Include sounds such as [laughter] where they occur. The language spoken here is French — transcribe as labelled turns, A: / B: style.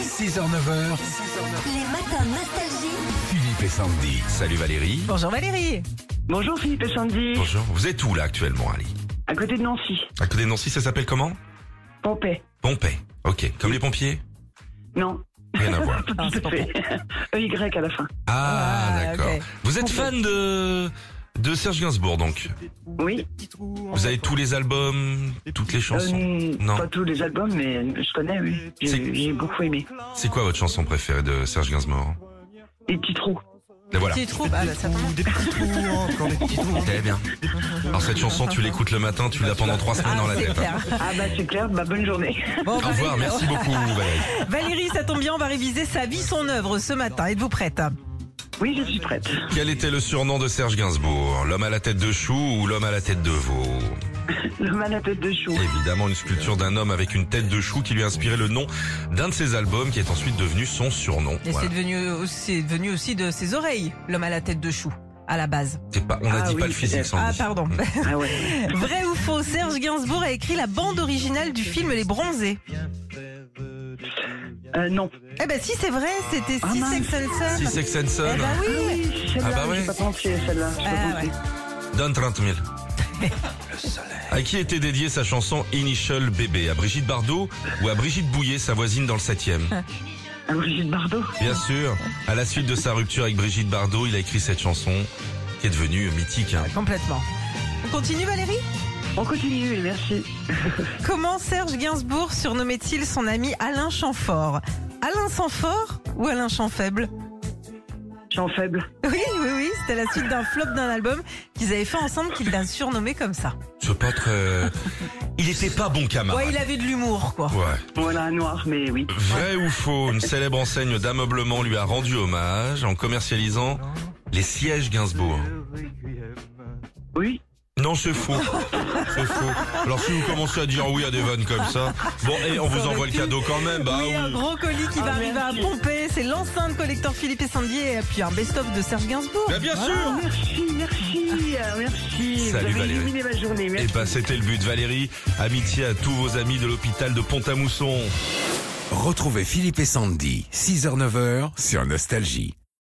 A: 6h-9h,
B: Les matins nostalgiques.
A: Philippe et Sandy.
C: Salut Valérie.
D: Bonjour Valérie.
E: Bonjour Philippe et Sandy,
C: Bonjour. Vous êtes où là actuellement, Ali
E: à côté de Nancy,
C: À côté de Nancy, ça s'appelle comment
E: Pompée.
C: Pompée. Ok. Comme les pompiers
E: Non,
C: Rien à voir.
E: pas
D: Ah, c'est
E: tout à fait. [laughs] EY à la fin.
C: Ah,
D: Ah,
C: d'accord.
D: ok.
C: Vous êtes fan de de Serge Gainsbourg donc
E: Oui,
F: hein.
C: Vous avez tous les albums, toutes les chansons.
E: euh,
C: Non.
E: pas tous les albums, mais je connais, oui.
C: C'est-
E: J'ai j'ai beaucoup aimé.
C: C'est quoi votre chanson préférée de Serge Gainsbourg
E: Les petits trous.
C: Et voilà.
D: Petit trou, bah, ça tombe.
F: Des petits trous, hein, encore des petits trous.
C: Eh bien. Alors cette chanson, tu l'écoutes le matin, tu l'as pendant trois semaines dans la
D: Ah, c'est
C: tête.
D: clair.
E: Ah bah c'est clair, bah bonne journée. [laughs]
D: Bon,
C: Au revoir, merci beaucoup Valérie.
D: Valérie, ça tombe bien, on va réviser sa vie, son œuvre ce matin. Êtes-vous prête
E: Oui, je suis prête. [laughs]
C: Quel était le surnom de Serge Gainsbourg L'homme à la tête de chou ou l'homme à la tête de veau
E: Le mal à tête de chou.
C: Évidemment, une sculpture d'un homme avec une tête de chou qui lui a inspiré le nom d'un de ses albums qui est ensuite devenu son surnom.
D: Et
C: Voilà.
D: c'est devenu, aussi- c'est devenu aussi de ses oreilles, l'homme à la tête de chou, à la base.
C: C'est pas, on n'a
E: Ah
C: dit
E: oui,
C: pas le physique,
E: peut-être.
C: Sandy.
D: Ah, pardon.
E: Ah ouais.
D: [laughs] Vrai ou faux, Serge Gainsbourg a écrit la bande originale du film Les Bronzés.
E: Euh, non.
D: Eh ben si, c'est vrai, c'était
E: Ah,
D: Six
E: mince.
D: Sex and
C: Si
D: Sun.
C: Sex and
D: Eh
C: Son,
D: ben
E: Ah
D: oui
E: oui, celle-là,
C: Ah bah ouais.
E: j'ai pas pensé à celle-là. j'ai pas
D: Ah
E: pensé.
C: donne 30
D: [laughs]
C: 000. À qui était dédiée sa chanson Initial Bébé À Brigitte Bardot ou à Brigitte Bouillet, sa voisine dans le 7
E: Ah, Brigitte Bardot.
D: [laughs]
C: Bien sûr, à la suite de sa rupture avec Brigitte Bardot, il a écrit cette chanson qui est devenue mythique. hein.
D: Complètement. On continue Valérie
E: On continue, merci.
D: Comment Serge Gainsbourg surnommait-il son ami Alain Chamfort Alain Sanfort ou Alain Chamfaible
E: Jean Faible.
D: Oui, oui, oui, c'était la suite d'un flop d'un album qu'ils avaient fait ensemble qu'il l'a surnommé comme ça.
C: C'est pas très... euh, Il était pas bon
D: Ouais,
C: camarade.
D: il avait de l'humour, quoi.
C: Ouais.
E: Voilà, noir, mais oui.
C: Vrai ou faux, une célèbre enseigne d'ameublement lui a rendu hommage en commercialisant les sièges Gainsbourg.
E: Oui.
C: Non, c'est faux. C'est faux. Alors si vous commencez à dire oui à des vannes comme ça, bon, et on vous
D: aurait
C: envoie le
D: pu.
C: cadeau quand même, bah
D: oui, un
C: oui.
D: gros colis qui va
E: Ah,
D: arriver à
E: merci.
D: Pompée. C'est l'enceinte collecteur Philippe et Sandy et puis un best-of de Serge Gainsbourg.
C: Bah, bien sûr.
E: Ah, merci, merci, euh,
C: Salut,
E: merci. Vous avez
C: Valérie.
E: illuminé ma journée,
C: Et
E: merci.
C: bah c'était le but, Valérie. Amitié à tous vos amis de l'hôpital de Pont-à-Mousson.
A: Retrouvez Philippe et Sandy, 6h-9h, sur Nostalgie.